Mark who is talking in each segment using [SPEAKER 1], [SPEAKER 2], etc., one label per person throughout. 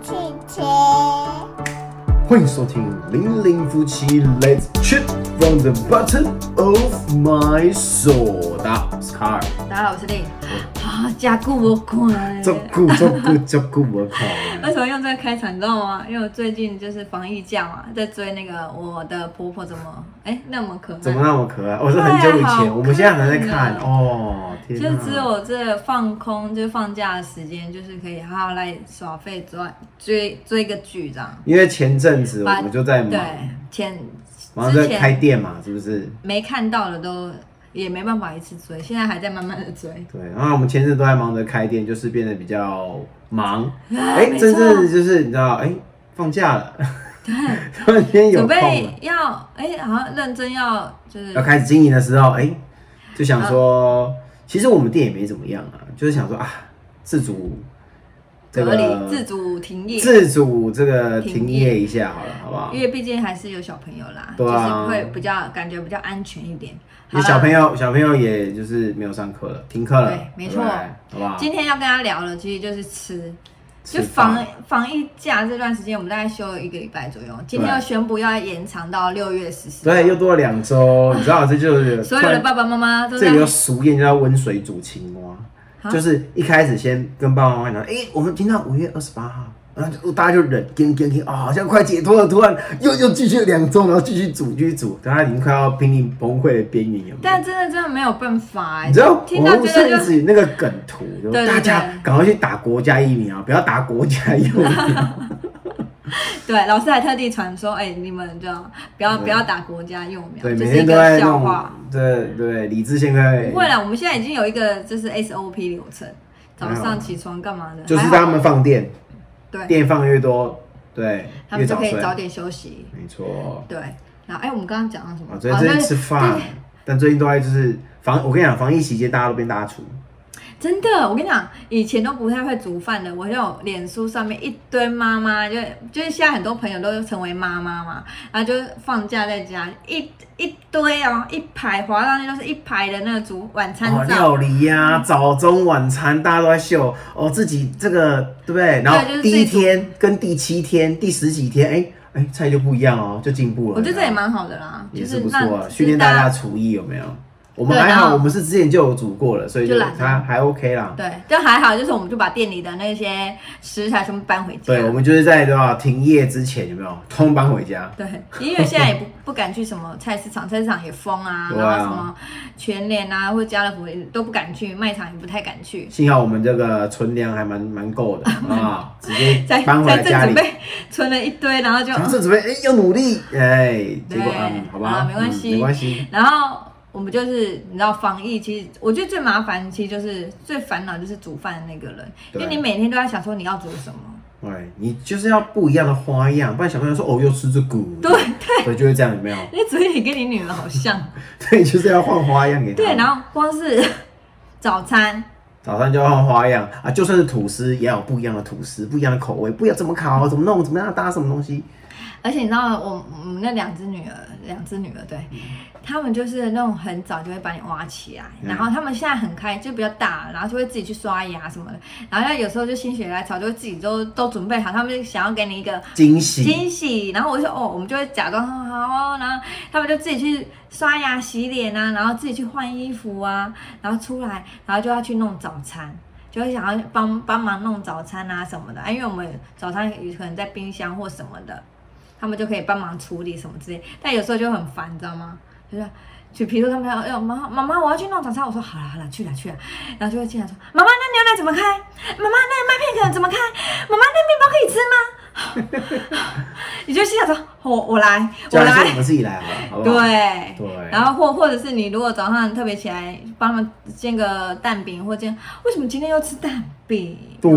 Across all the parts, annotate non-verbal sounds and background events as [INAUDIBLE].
[SPEAKER 1] 切。
[SPEAKER 2] 欢迎收听《零零夫妻 Let's Chip from the Bottom of My Soul》。大家好，我是卡尔，
[SPEAKER 1] 大家好，我是丽。啊，加固我款。
[SPEAKER 2] 照顾照顾照顾我卡。
[SPEAKER 1] 为什么用这个开场，你知道吗？因为我最近就是防疫假嘛，在追那个我的婆婆怎么哎那么可爱，
[SPEAKER 2] 怎么那么可爱？我、是很久以
[SPEAKER 1] 对啊好看
[SPEAKER 2] 前，
[SPEAKER 1] 啊
[SPEAKER 2] 我们现在还在看哦。天
[SPEAKER 1] 就
[SPEAKER 2] 哪！
[SPEAKER 1] 是只有这放空，就是放假的时间，就是可以好好来耍废之外，追追个剧这样。
[SPEAKER 2] 因为前阵子我们就在
[SPEAKER 1] 对
[SPEAKER 2] 忙，
[SPEAKER 1] 前
[SPEAKER 2] 忙着
[SPEAKER 1] 之
[SPEAKER 2] 开
[SPEAKER 1] 前
[SPEAKER 2] 店嘛，是不是？
[SPEAKER 1] 没看到的都也没办法一次追，现在还在慢慢的追。
[SPEAKER 2] 对，然后我们前阵子都在忙着开店，就是变得比较忙。哎、
[SPEAKER 1] 啊没
[SPEAKER 2] 这
[SPEAKER 1] 错
[SPEAKER 2] 阵子就是你知道，哎、放假了， [LAUGHS] 突然间有
[SPEAKER 1] 准
[SPEAKER 2] 空了
[SPEAKER 1] 备。要哎、好像认真要就是
[SPEAKER 2] 要开始经营的时候，哎、就想说，
[SPEAKER 1] 嗯
[SPEAKER 2] 其实我们店也没怎么样啊，就是想说啊，自主这
[SPEAKER 1] 隔
[SPEAKER 2] 个
[SPEAKER 1] 离自主停业，
[SPEAKER 2] 自主这个停
[SPEAKER 1] 停
[SPEAKER 2] 业
[SPEAKER 1] 业
[SPEAKER 2] 一下好了，好不好
[SPEAKER 1] 因？为毕竟还是有小朋友啦，
[SPEAKER 2] 对啊
[SPEAKER 1] 就是会比较感觉比较安全一点。
[SPEAKER 2] 你
[SPEAKER 1] 好
[SPEAKER 2] 小
[SPEAKER 1] 啦
[SPEAKER 2] 朋友小朋友也就是没有上课了，停课了
[SPEAKER 1] 对，没
[SPEAKER 2] 拜
[SPEAKER 1] 错
[SPEAKER 2] 拜好不好？
[SPEAKER 1] 今天要跟他聊的其实就是吃，
[SPEAKER 2] 吃
[SPEAKER 1] 就
[SPEAKER 2] 饭
[SPEAKER 1] 防防疫假这段时间，我们大概休了一个礼拜左右。今天
[SPEAKER 2] 对
[SPEAKER 1] 又宣布要延长到六月十四，
[SPEAKER 2] 对，又多了两周，你知道这就是
[SPEAKER 1] 所有的爸爸妈妈都
[SPEAKER 2] 这
[SPEAKER 1] 在
[SPEAKER 2] 里有俗谚叫温水煮青蛙，
[SPEAKER 1] 啊
[SPEAKER 2] 就是一开始先跟爸爸妈妈讲，哎、我们听到五月二十八号，然后就大家就忍，跟跟跟，啊、好像快解脱了，突然又又继续两周，然后继续煮，继续煮，大家已经快要濒临崩溃的边缘，有没有？
[SPEAKER 1] 但真的真的没有办法哎、
[SPEAKER 2] 你知道
[SPEAKER 1] 听到
[SPEAKER 2] 网络
[SPEAKER 1] 觉得
[SPEAKER 2] 上一
[SPEAKER 1] 就
[SPEAKER 2] 直有那个梗图，就
[SPEAKER 1] 对对
[SPEAKER 2] 大家
[SPEAKER 1] 对
[SPEAKER 2] 赶快去打国家疫苗，不要打国家疫
[SPEAKER 1] [LAUGHS]
[SPEAKER 2] 苗。
[SPEAKER 1] 对，老师还特地传说，哎、你们就不要不要打国家幼苗，
[SPEAKER 2] 对，
[SPEAKER 1] 这
[SPEAKER 2] 每
[SPEAKER 1] 是一
[SPEAKER 2] 天都在
[SPEAKER 1] 个笑
[SPEAKER 2] 弄
[SPEAKER 1] 话。，
[SPEAKER 2] 对对，理智现在
[SPEAKER 1] 不会啦，我们现在已经有一个就是 SOP 流程，早
[SPEAKER 2] 还好
[SPEAKER 1] 上起床干嘛的，
[SPEAKER 2] 就是
[SPEAKER 1] 还
[SPEAKER 2] 他
[SPEAKER 1] 好
[SPEAKER 2] 们放电，
[SPEAKER 1] 对，
[SPEAKER 2] 电放越多，对，
[SPEAKER 1] 他
[SPEAKER 2] 越
[SPEAKER 1] 们就
[SPEAKER 2] 早
[SPEAKER 1] 可以
[SPEAKER 2] 睡，
[SPEAKER 1] 早点休息。
[SPEAKER 2] 没错。
[SPEAKER 1] 对，然后哎、我们刚刚讲到什
[SPEAKER 2] 啊，
[SPEAKER 1] 么？
[SPEAKER 2] 最近最近吃
[SPEAKER 1] 对
[SPEAKER 2] 饭，但最近都在就是防，我跟你讲，防疫期间大家都变大厨，
[SPEAKER 1] 真的，我跟你讲，以前都不太会煮饭的，我就有脸书上面一堆妈妈，就就是现在很多朋友都成为妈妈嘛，然后就放假在家一一堆哦，一排滑上去都是一排的那个煮晚
[SPEAKER 2] 哦，
[SPEAKER 1] 餐照，嗯
[SPEAKER 2] 料理呀、早中晚餐大家都在秀哦，自己这个对不对？然
[SPEAKER 1] 就
[SPEAKER 2] 后
[SPEAKER 1] 是
[SPEAKER 2] 第一
[SPEAKER 1] 自己煮
[SPEAKER 2] 天跟第七天、第十几天，哎、哎、菜就不一样哦，就进步了。
[SPEAKER 1] 我觉得这也
[SPEAKER 2] 你知道吗
[SPEAKER 1] 蛮好的啦，
[SPEAKER 2] 也
[SPEAKER 1] 就是是
[SPEAKER 2] 不
[SPEAKER 1] 让
[SPEAKER 2] 错啊，
[SPEAKER 1] 就是
[SPEAKER 2] 训练大家厨艺有没有？我们
[SPEAKER 1] 对
[SPEAKER 2] 还
[SPEAKER 1] 然
[SPEAKER 2] 好，
[SPEAKER 1] 后
[SPEAKER 2] 我们是之前就有煮过了，所以就
[SPEAKER 1] 就懒
[SPEAKER 2] 它还 OK 啦。
[SPEAKER 1] 对，但还好，就是我们就把店里的那些食材全部搬回家。
[SPEAKER 2] 对，我们就是在对吧停业之前有没有通搬回家？
[SPEAKER 1] 对，因为现在也不不敢去什么菜市场，菜市场也封啊，
[SPEAKER 2] 对
[SPEAKER 1] 然
[SPEAKER 2] 啊
[SPEAKER 1] 后什么全联啊或家乐福也都不敢去，卖场也不太敢去。
[SPEAKER 2] 幸好我们这个存粮还蛮蛮够
[SPEAKER 1] [LAUGHS]
[SPEAKER 2] 的啊，直接
[SPEAKER 1] 才
[SPEAKER 2] 搬回
[SPEAKER 1] 才
[SPEAKER 2] 来家
[SPEAKER 1] 正
[SPEAKER 2] 里
[SPEAKER 1] 准。备 [LAUGHS] 存了一堆，然后就，
[SPEAKER 2] 然后是准备哎要努力哎，结
[SPEAKER 1] 对
[SPEAKER 2] 果嗯好吧，
[SPEAKER 1] 啊没关
[SPEAKER 2] 嗯
[SPEAKER 1] 系
[SPEAKER 2] 没关系，
[SPEAKER 1] 然后我们就是你知道防疫，其实我觉得最麻烦，其实就是最烦恼就是煮饭的那个人，因
[SPEAKER 2] 对
[SPEAKER 1] 为你每天都在想说你要煮什么，
[SPEAKER 2] 对，你就是要不一样的花样，不然小朋友说哦又吃这个，
[SPEAKER 1] 对
[SPEAKER 2] 对，就会这样有没有？ [LAUGHS]
[SPEAKER 1] 因为昨天你跟你女儿好像，
[SPEAKER 2] 对，就是要换花样给他。
[SPEAKER 1] 对，然后光是 [LAUGHS] 早餐。
[SPEAKER 2] 早上就要换花样啊，就算是吐司也要有不一样的吐司，不一样的口味，不一样怎么烤，怎么弄，怎么样搭什么东西，
[SPEAKER 1] 而且你知道我，我们那两只女儿，两只女儿，对，他们就是那种很早就会把你挖起来，
[SPEAKER 2] 嗯
[SPEAKER 1] 然后他们现在很开，就比较大，然后就会自己去刷牙什么的，然后有时候就心血来潮，就会自己都都准备好，他们想要给你一个
[SPEAKER 2] 惊喜。
[SPEAKER 1] 惊喜，然后我就说哦，我们就会假装说好哦，然后他们就自己去刷牙、洗脸啊，然后自己去换衣服啊，然后出来，然后就要去弄早餐，就会想要帮帮忙弄早餐啊什么的，啊，因为我们早餐可能在冰箱或什么的，他们就可以帮忙处理什么之类，但有时候就很烦，你知道吗？就是。就比如他们要，哎呦，妈妈妈，我要去弄早餐。我说好了好了，去了去了。然后就会进来说，妈妈，那牛奶怎么开？妈妈，那麦片可怎么开？妈妈，那面包可以吃吗？ [LAUGHS] 你就心想说，我我来，我
[SPEAKER 2] 叫来是我
[SPEAKER 1] 来，
[SPEAKER 2] 们自己来好了，好不好？
[SPEAKER 1] 对。
[SPEAKER 2] 对，
[SPEAKER 1] 然后或或者是你如果早上特别起来帮他们煎个蛋饼或煎，为什么今天要吃蛋饼？
[SPEAKER 2] 对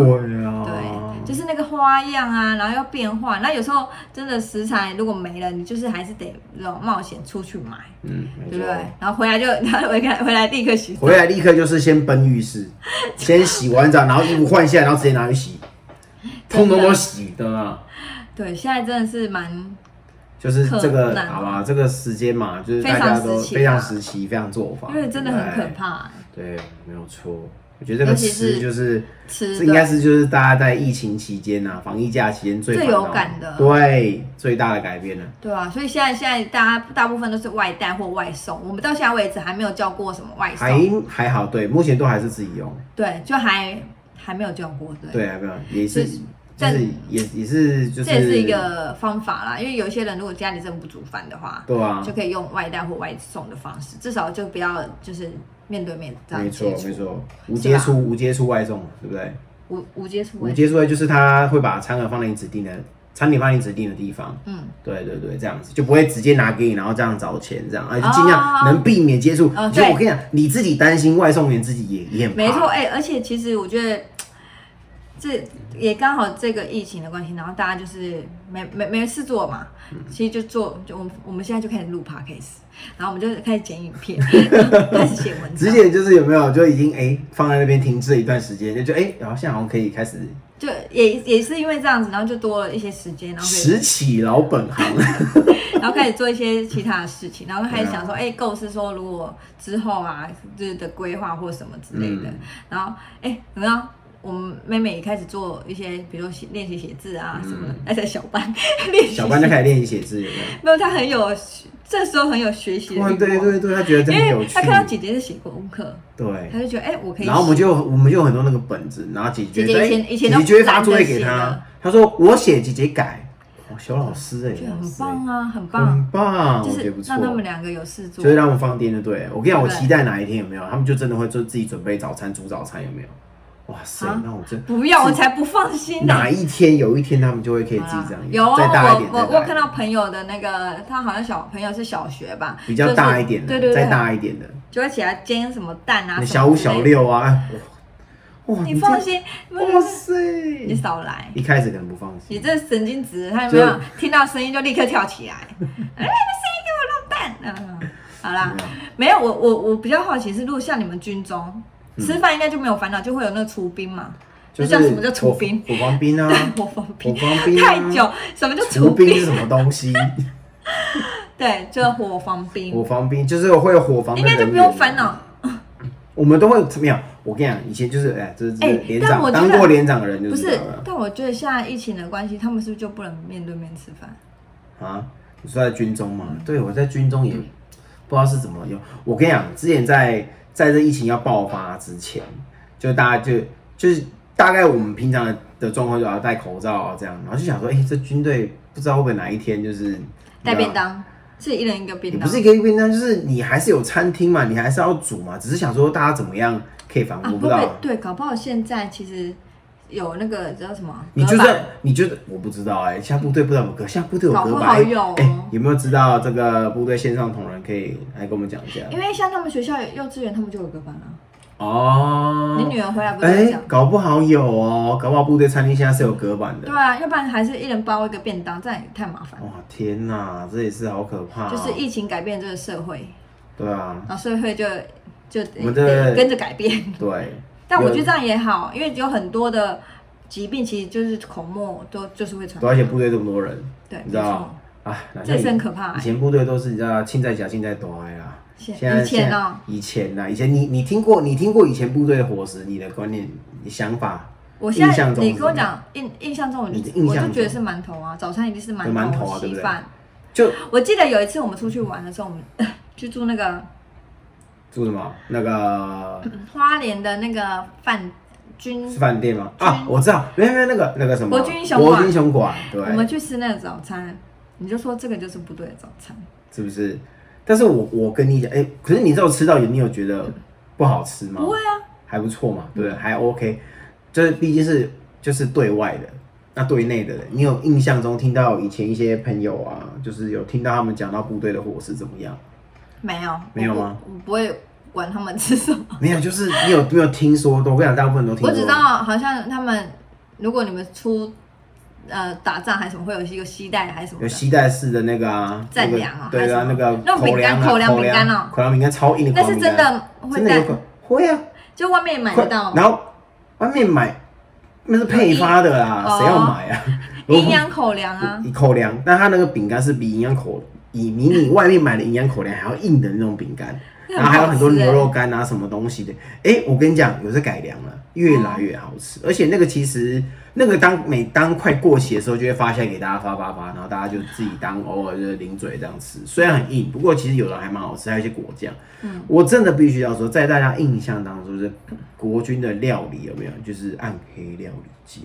[SPEAKER 2] 啊，
[SPEAKER 1] 对，就是那个花样啊，然后要变化。那有时候真的食材如果没了，你就是还是得那种冒险出去买，
[SPEAKER 2] 嗯，没
[SPEAKER 1] 对不
[SPEAKER 2] 错
[SPEAKER 1] 对。？然后回来就， [LAUGHS] 然后回来回来立刻洗澡。
[SPEAKER 2] 回来立刻就是先奔浴室，先洗完澡，然后衣服换下来，然后直接拿去洗，通通都洗，懂吗？
[SPEAKER 1] 对，现在真的是蛮
[SPEAKER 2] 就是这
[SPEAKER 1] 可
[SPEAKER 2] 个，
[SPEAKER 1] 难
[SPEAKER 2] 好吧，这个时间嘛，就是大家都
[SPEAKER 1] 非常时期啊
[SPEAKER 2] 非常时期，非常做法，
[SPEAKER 1] 因为真的很可怕、
[SPEAKER 2] 对。对，没有错。我觉得这个
[SPEAKER 1] 尤其是
[SPEAKER 2] 吃就是
[SPEAKER 1] 吃
[SPEAKER 2] 这应该
[SPEAKER 1] 的
[SPEAKER 2] 是就是大家在疫情期间啊，防疫假期间最
[SPEAKER 1] 最
[SPEAKER 2] 烦恼
[SPEAKER 1] 有感的
[SPEAKER 2] 对最大的改变了。
[SPEAKER 1] 对啊，所以现在现在大家大部分都是外带或外送，我们到现在为止还没有叫过什么外
[SPEAKER 2] 还
[SPEAKER 1] 送，
[SPEAKER 2] 还好，对，目前都还是自己用，
[SPEAKER 1] 对，就还还没有叫过，对，
[SPEAKER 2] 对，还没有，也是
[SPEAKER 1] 是
[SPEAKER 2] 就
[SPEAKER 1] 但
[SPEAKER 2] 是也也是就是，
[SPEAKER 1] 这也是一个方法啦。因为有一些人如果家里真的不煮饭的话，
[SPEAKER 2] 对啊
[SPEAKER 1] 就，可以用外带或外送的方式，至少就不要就是面对面这
[SPEAKER 2] 没
[SPEAKER 1] 样
[SPEAKER 2] 错
[SPEAKER 1] 接
[SPEAKER 2] 没
[SPEAKER 1] 触，
[SPEAKER 2] 错，无接触无接触外送，对不对？
[SPEAKER 1] 无无接触
[SPEAKER 2] 无
[SPEAKER 1] 外，
[SPEAKER 2] 接触外就是他会把餐盒放在你指定的餐点放在你指定的地方，
[SPEAKER 1] 嗯，
[SPEAKER 2] 对对对，这样子就不会直接拿给你，然后这样找钱这样，哎，就尽量
[SPEAKER 1] 哦
[SPEAKER 2] 能避免接触。
[SPEAKER 1] 哦
[SPEAKER 2] 就
[SPEAKER 1] 对
[SPEAKER 2] 我跟你讲，你自己担心外送员自己也也很怕
[SPEAKER 1] 没错，，哎、而且其实我觉得这也刚好这个疫情的关系，然后大家就是没没没事做嘛，其实就做，就我们我们现在就开始录 podcast，然后我们就开始剪影片，开始写文
[SPEAKER 2] 之
[SPEAKER 1] 章，
[SPEAKER 2] 前就是有没有就已经哎、放在那边停滞了一段时间，就觉得哎，然、后现在好像可以开始
[SPEAKER 1] 就也也是因为这样子，然后就多了一些时间，然后可以
[SPEAKER 2] 拾起老本行。
[SPEAKER 1] [LAUGHS] 然后开始做一些其他的事情，然后
[SPEAKER 2] 啊
[SPEAKER 1] 开始想说，哎、构思说如果之后啊，就是的规划或什么之类的。
[SPEAKER 2] 嗯
[SPEAKER 1] 然后，哎、你知道我们妹妹也开始做一些，比如说写练习写字啊什
[SPEAKER 2] 嗯
[SPEAKER 1] 么的，而且小班 [LAUGHS] 练习写
[SPEAKER 2] 小班就开始练习写字，有没
[SPEAKER 1] 没有，她很有学，这时候很有学习
[SPEAKER 2] 有？
[SPEAKER 1] 的
[SPEAKER 2] 哇，
[SPEAKER 1] 欲
[SPEAKER 2] 对
[SPEAKER 1] 望，
[SPEAKER 2] 对对，他觉得这
[SPEAKER 1] 因
[SPEAKER 2] 很有
[SPEAKER 1] 为
[SPEAKER 2] 趣
[SPEAKER 1] 她。看到姐姐是写国文课，
[SPEAKER 2] 对，
[SPEAKER 1] 她就觉得，哎、我可以写。
[SPEAKER 2] 然后我们就我们就有很多那个本子，然后姐姐
[SPEAKER 1] 姐姐
[SPEAKER 2] 说
[SPEAKER 1] 以前
[SPEAKER 2] 哎
[SPEAKER 1] 以前
[SPEAKER 2] 姐
[SPEAKER 1] 都
[SPEAKER 2] 姐就会发
[SPEAKER 1] 懒得
[SPEAKER 2] 作业给
[SPEAKER 1] 写
[SPEAKER 2] 他
[SPEAKER 1] 的，
[SPEAKER 2] 他说我写，姐姐改。哦，小老师哎、
[SPEAKER 1] 觉得
[SPEAKER 2] 老
[SPEAKER 1] 很
[SPEAKER 2] 师
[SPEAKER 1] 棒啊，很
[SPEAKER 2] 哎
[SPEAKER 1] 棒，
[SPEAKER 2] 很棒，
[SPEAKER 1] 就
[SPEAKER 2] 我觉
[SPEAKER 1] 是
[SPEAKER 2] 得不错
[SPEAKER 1] 让。他们两个有事做
[SPEAKER 2] 就。是让我们放电就对了。我跟你讲，我
[SPEAKER 1] 对
[SPEAKER 2] 期待哪一天有没有，他们就真的会就自己准备早餐、煮早餐有没有？哇塞
[SPEAKER 1] 啊，
[SPEAKER 2] 那我真
[SPEAKER 1] 不要，我才不放心呢、
[SPEAKER 2] 哪一天有一天他们就会可以自己这样，
[SPEAKER 1] 有啊，
[SPEAKER 2] 再大一点，
[SPEAKER 1] 我我
[SPEAKER 2] 再大一点
[SPEAKER 1] 我看到朋友的那个，他好像小朋友是小学吧，
[SPEAKER 2] 比较大一点的，
[SPEAKER 1] 就是对对对，
[SPEAKER 2] 再大一点的，
[SPEAKER 1] 就会起来煎什么蛋啊，
[SPEAKER 2] 你小五、小，六啊，哇哇，
[SPEAKER 1] 你
[SPEAKER 2] 这
[SPEAKER 1] 放，心，
[SPEAKER 2] 哇塞，
[SPEAKER 1] 你少来，
[SPEAKER 2] 一开始可能不放
[SPEAKER 1] 你
[SPEAKER 2] 心，
[SPEAKER 1] 这神经质，他有
[SPEAKER 2] 就
[SPEAKER 1] 没有听到声音就立刻
[SPEAKER 2] [LAUGHS]
[SPEAKER 1] 跳起来？哎，你声音给我弄蛋，嗯，好啦，
[SPEAKER 2] 啊
[SPEAKER 1] 没有，我我我比较好奇是，如果像你们军中
[SPEAKER 2] 嗯
[SPEAKER 1] 吃饭，应该就没有烦恼，就会有那个除兵嘛，
[SPEAKER 2] 就
[SPEAKER 1] 那
[SPEAKER 2] 是
[SPEAKER 1] 叫什么叫除兵？
[SPEAKER 2] 火火光兵啊，
[SPEAKER 1] [LAUGHS] 我放
[SPEAKER 2] 火
[SPEAKER 1] 屁，
[SPEAKER 2] 光兵啊
[SPEAKER 1] 太久，什么叫
[SPEAKER 2] 除
[SPEAKER 1] 除
[SPEAKER 2] 兵是
[SPEAKER 1] 兵？
[SPEAKER 2] 什么东西？
[SPEAKER 1] 对，就是火防兵。
[SPEAKER 2] [LAUGHS] 火防兵就是会有火防的
[SPEAKER 1] 应该就
[SPEAKER 2] 人
[SPEAKER 1] 不用
[SPEAKER 2] 员啊
[SPEAKER 1] 烦恼。
[SPEAKER 2] 我们都会没有。我跟你讲，以前就是哎，这是这是
[SPEAKER 1] 哎
[SPEAKER 2] 连
[SPEAKER 1] 但
[SPEAKER 2] 长
[SPEAKER 1] 我觉
[SPEAKER 2] 当
[SPEAKER 1] 得
[SPEAKER 2] 过连长的人就
[SPEAKER 1] 不
[SPEAKER 2] 知
[SPEAKER 1] 是
[SPEAKER 2] 道了，
[SPEAKER 1] 但我觉得现在疫情的关系，他们是不是就不能面对面吃饭？
[SPEAKER 2] 啊。你说在军中嘛？对，我在军中也
[SPEAKER 1] 嗯
[SPEAKER 2] 不知道是怎么用。我跟你讲，之前在在这疫情要爆发之前，就大家就就是大概我们平常的的状况就要戴口罩啊这样，然后就想说，哎、这军队不知道会不会哪一天就是
[SPEAKER 1] 带便
[SPEAKER 2] 当。
[SPEAKER 1] 当，是一人一个
[SPEAKER 2] 也
[SPEAKER 1] 便
[SPEAKER 2] 不
[SPEAKER 1] 当。
[SPEAKER 2] 是一个便当，就是你还是有餐厅嘛，你还是要煮嘛，只是想说大家怎么样可以防，
[SPEAKER 1] 啊，
[SPEAKER 2] 我
[SPEAKER 1] 会
[SPEAKER 2] 不
[SPEAKER 1] 不
[SPEAKER 2] 知
[SPEAKER 1] 会
[SPEAKER 2] 道。
[SPEAKER 1] 对？搞不好现在其实有那个叫什么？
[SPEAKER 2] 你就
[SPEAKER 1] 隔板
[SPEAKER 2] 算你觉得我不知道哎、欸，现在部队不知道有没有隔，现在部队有
[SPEAKER 1] 搞不
[SPEAKER 2] 隔板
[SPEAKER 1] 好
[SPEAKER 2] 哎、
[SPEAKER 1] 有哦
[SPEAKER 2] 欸有没有知道这个部队线上同仁可以来跟我们讲一下？
[SPEAKER 1] 因为像他们学校有幼稚园，他们就有隔板啊。你
[SPEAKER 2] 哦，
[SPEAKER 1] 女儿回来不
[SPEAKER 2] 哎、
[SPEAKER 1] 是讲？
[SPEAKER 2] 搞不好有哦，搞不好部队餐厅现在是有隔板的
[SPEAKER 1] 对。啊，要不然还是一人包一个便当，这样也太麻烦
[SPEAKER 2] 啊
[SPEAKER 1] 了。
[SPEAKER 2] 哇天哪，这也是好可怕、哦。
[SPEAKER 1] 就是疫情改变这个社会，
[SPEAKER 2] 对 [LAUGHS] 啊，
[SPEAKER 1] 然后社会就就
[SPEAKER 2] 我们的
[SPEAKER 1] 得跟着改变。
[SPEAKER 2] [LAUGHS] 对，
[SPEAKER 1] 但我觉得这样也好，因为有很多的疾病其实就是口沫都就是会传
[SPEAKER 2] 对，
[SPEAKER 1] 染。
[SPEAKER 2] 而且部队这么多人，
[SPEAKER 1] 对，
[SPEAKER 2] 你
[SPEAKER 1] 没
[SPEAKER 2] 知道
[SPEAKER 1] 错，
[SPEAKER 2] 啊，哪
[SPEAKER 1] 这
[SPEAKER 2] 像
[SPEAKER 1] 也是
[SPEAKER 2] 以
[SPEAKER 1] 很可怕、
[SPEAKER 2] 以
[SPEAKER 1] 欸。
[SPEAKER 2] 前部队都是你知道，亲在甲，亲在躲哎啦。
[SPEAKER 1] 现
[SPEAKER 2] 现在
[SPEAKER 1] 以前哦、
[SPEAKER 2] 以前啊呐、以前你你听过你听过以前部队的伙食，你的观念、你想法，
[SPEAKER 1] 我现
[SPEAKER 2] 印
[SPEAKER 1] 在
[SPEAKER 2] 象中是
[SPEAKER 1] 你跟我讲印印象中，我就
[SPEAKER 2] 你的印象
[SPEAKER 1] 我
[SPEAKER 2] 中
[SPEAKER 1] 就觉得是馒头啊，早餐一定是馒
[SPEAKER 2] 对馒头啊对
[SPEAKER 1] 稀
[SPEAKER 2] 不对
[SPEAKER 1] 饭。
[SPEAKER 2] 就
[SPEAKER 1] 我记得有一次我们出去玩的时候，我们 [LAUGHS] 去住那个
[SPEAKER 2] 住什么那个
[SPEAKER 1] 花莲的那个饭军
[SPEAKER 2] 是，饭店吗？啊，我知道，没有没有那个那个什么
[SPEAKER 1] 国军英雄
[SPEAKER 2] 国
[SPEAKER 1] 馆
[SPEAKER 2] 军雄馆，对，
[SPEAKER 1] 我们去吃那个早餐，你就说这个就是部队的早餐。
[SPEAKER 2] 是不是？但是我我跟你讲，哎、可是你知道吃到你有觉得不好吃吗？
[SPEAKER 1] 嗯不会嗯啊，
[SPEAKER 2] 还不错嘛，对不对？还 OK，这毕竟是就是对外的，那对内的人，你有印象中听到以前一些朋友啊，就是有听到他们讲到部队的伙食怎么样？
[SPEAKER 1] 没有
[SPEAKER 2] 没有吗？
[SPEAKER 1] 我不我不会管他们 [LAUGHS] 吃什么。
[SPEAKER 2] 没有，就是你有没有听说过？我跟你讲，大部分都听说。
[SPEAKER 1] 我只知道好像他们，如果你们出呃打仗还是什么，会有一个膝带还是什么
[SPEAKER 2] 有
[SPEAKER 1] 的。
[SPEAKER 2] 西带式的那个啊，
[SPEAKER 1] 蘸
[SPEAKER 2] 那个
[SPEAKER 1] 粮哦
[SPEAKER 2] 对啊，那
[SPEAKER 1] 还是什么
[SPEAKER 2] 个
[SPEAKER 1] 那种饼干
[SPEAKER 2] 口
[SPEAKER 1] 口粮饼干哦
[SPEAKER 2] 口粮饼干超硬的
[SPEAKER 1] 但
[SPEAKER 2] 口
[SPEAKER 1] 是
[SPEAKER 2] 粮饼
[SPEAKER 1] 真
[SPEAKER 2] 干，
[SPEAKER 1] 的会
[SPEAKER 2] 真的有
[SPEAKER 1] 带，
[SPEAKER 2] 口会啊，
[SPEAKER 1] 就外面买得
[SPEAKER 2] [LAUGHS]
[SPEAKER 1] 到
[SPEAKER 2] 然后外面买那是配发的啦，
[SPEAKER 1] 哦
[SPEAKER 2] 谁要买啊？
[SPEAKER 1] 营养口粮啊。
[SPEAKER 2] 一口粮，但它那个饼干是比营养口以迷你外面买的营养口粮还要硬的那种饼干，然后还有很多牛肉干啊什么东西的。哎、我跟你讲，有在改良了，越来越好吃。而且那个其实那个当每当快过期的时候，就会发下来给大家发发发，然后大家就自己当偶尔就是零嘴这样吃。虽然很硬，不过其实有的还蛮好吃，还有一些果酱。
[SPEAKER 1] 嗯
[SPEAKER 2] 我真的必须要说，在大家印象当中，就是国军的料理有没有？就是暗黑料理界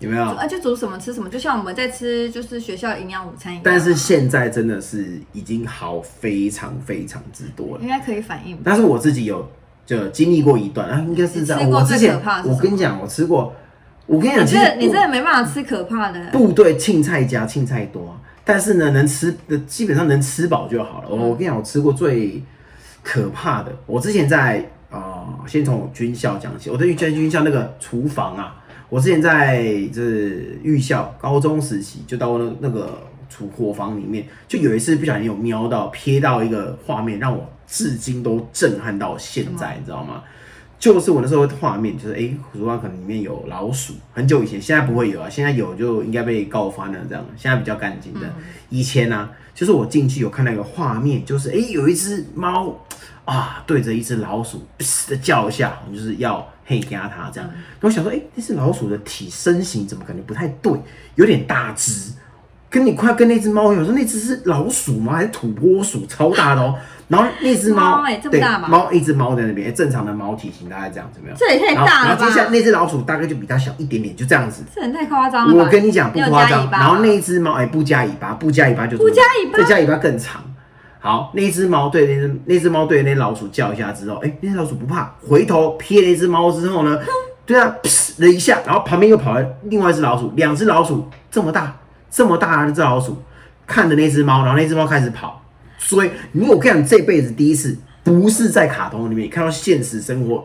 [SPEAKER 2] 有没有？
[SPEAKER 1] 啊，就煮什么吃什么，就像我们在吃就是学校营养午餐一样。
[SPEAKER 2] 但是现在真的是已经好非常非常之多了。
[SPEAKER 1] 应该可以反应吧？
[SPEAKER 2] 但是我自己有就经历过一段啊，应该是这样。
[SPEAKER 1] 你吃过
[SPEAKER 2] 我
[SPEAKER 1] 最
[SPEAKER 2] 之前
[SPEAKER 1] 可怕的是什么
[SPEAKER 2] 我跟你讲，我吃过，我跟你讲，
[SPEAKER 1] 你
[SPEAKER 2] 其
[SPEAKER 1] 真
[SPEAKER 2] 实
[SPEAKER 1] 的你
[SPEAKER 2] 我
[SPEAKER 1] 真的没办法吃可怕的。
[SPEAKER 2] 部队青菜加青菜多啊，但是呢，能吃的基本上能吃饱就好了。我我跟你讲，我吃过最可怕的，我之前在啊、呃先从我军校讲起，我对军军校那个厨房啊，我之前在就是预校高中时期就到那那个厨火房里面，就有一次不小心有瞄到瞥到一个画面，让我至今都震撼到现在，你知道吗？就是我那时候的画面，就是哎诶，图书馆可能里面有老鼠，很久以前，现在不会有啊，现在有就应该被告翻了，这样，现在比较干净的。
[SPEAKER 1] 嗯
[SPEAKER 2] 以前呢、啊，就是我进去有看到一个画面，就是诶，有一只猫啊，对着一只老鼠噗的叫一下，就是要嘿压它这样。
[SPEAKER 1] 嗯
[SPEAKER 2] 然后我想说，诶，哎那只老鼠的体身形怎么感觉不太对，有点大只，跟你快跟那只猫一样，我说那只是老鼠吗？还是土拨鼠？超大的哦。然后那只猫
[SPEAKER 1] 猫欸这么
[SPEAKER 2] 对
[SPEAKER 1] 大吧
[SPEAKER 2] 猫一只猫在那边，欸正常的猫体型大概这样，怎么样？
[SPEAKER 1] 这也太
[SPEAKER 2] 然后
[SPEAKER 1] 大了
[SPEAKER 2] 然后
[SPEAKER 1] 吧
[SPEAKER 2] 接！下来那只老鼠大概就比它小一点点，就这样子。
[SPEAKER 1] 这人太夸张了吧！
[SPEAKER 2] 我跟你讲不
[SPEAKER 1] 你有
[SPEAKER 2] 夸
[SPEAKER 1] 加尾
[SPEAKER 2] 张，
[SPEAKER 1] 巴
[SPEAKER 2] 然后那一只猫哎、不加尾巴，不加尾巴就
[SPEAKER 1] 不加尾巴
[SPEAKER 2] 再加尾巴更长。好，那一只猫对那只那只猫对那老鼠叫一下之后，哎、那只老鼠不怕，回头瞥了一只猫之后
[SPEAKER 1] [LAUGHS]
[SPEAKER 2] 呢，对啊，噗了一下，然后旁边又跑来另外一只老鼠，两只老鼠这么大这么大的那只老鼠看着那只猫，然后那只猫开始跑，所以你我跟你讲，这辈子第一次不是在卡通里面看到现实生活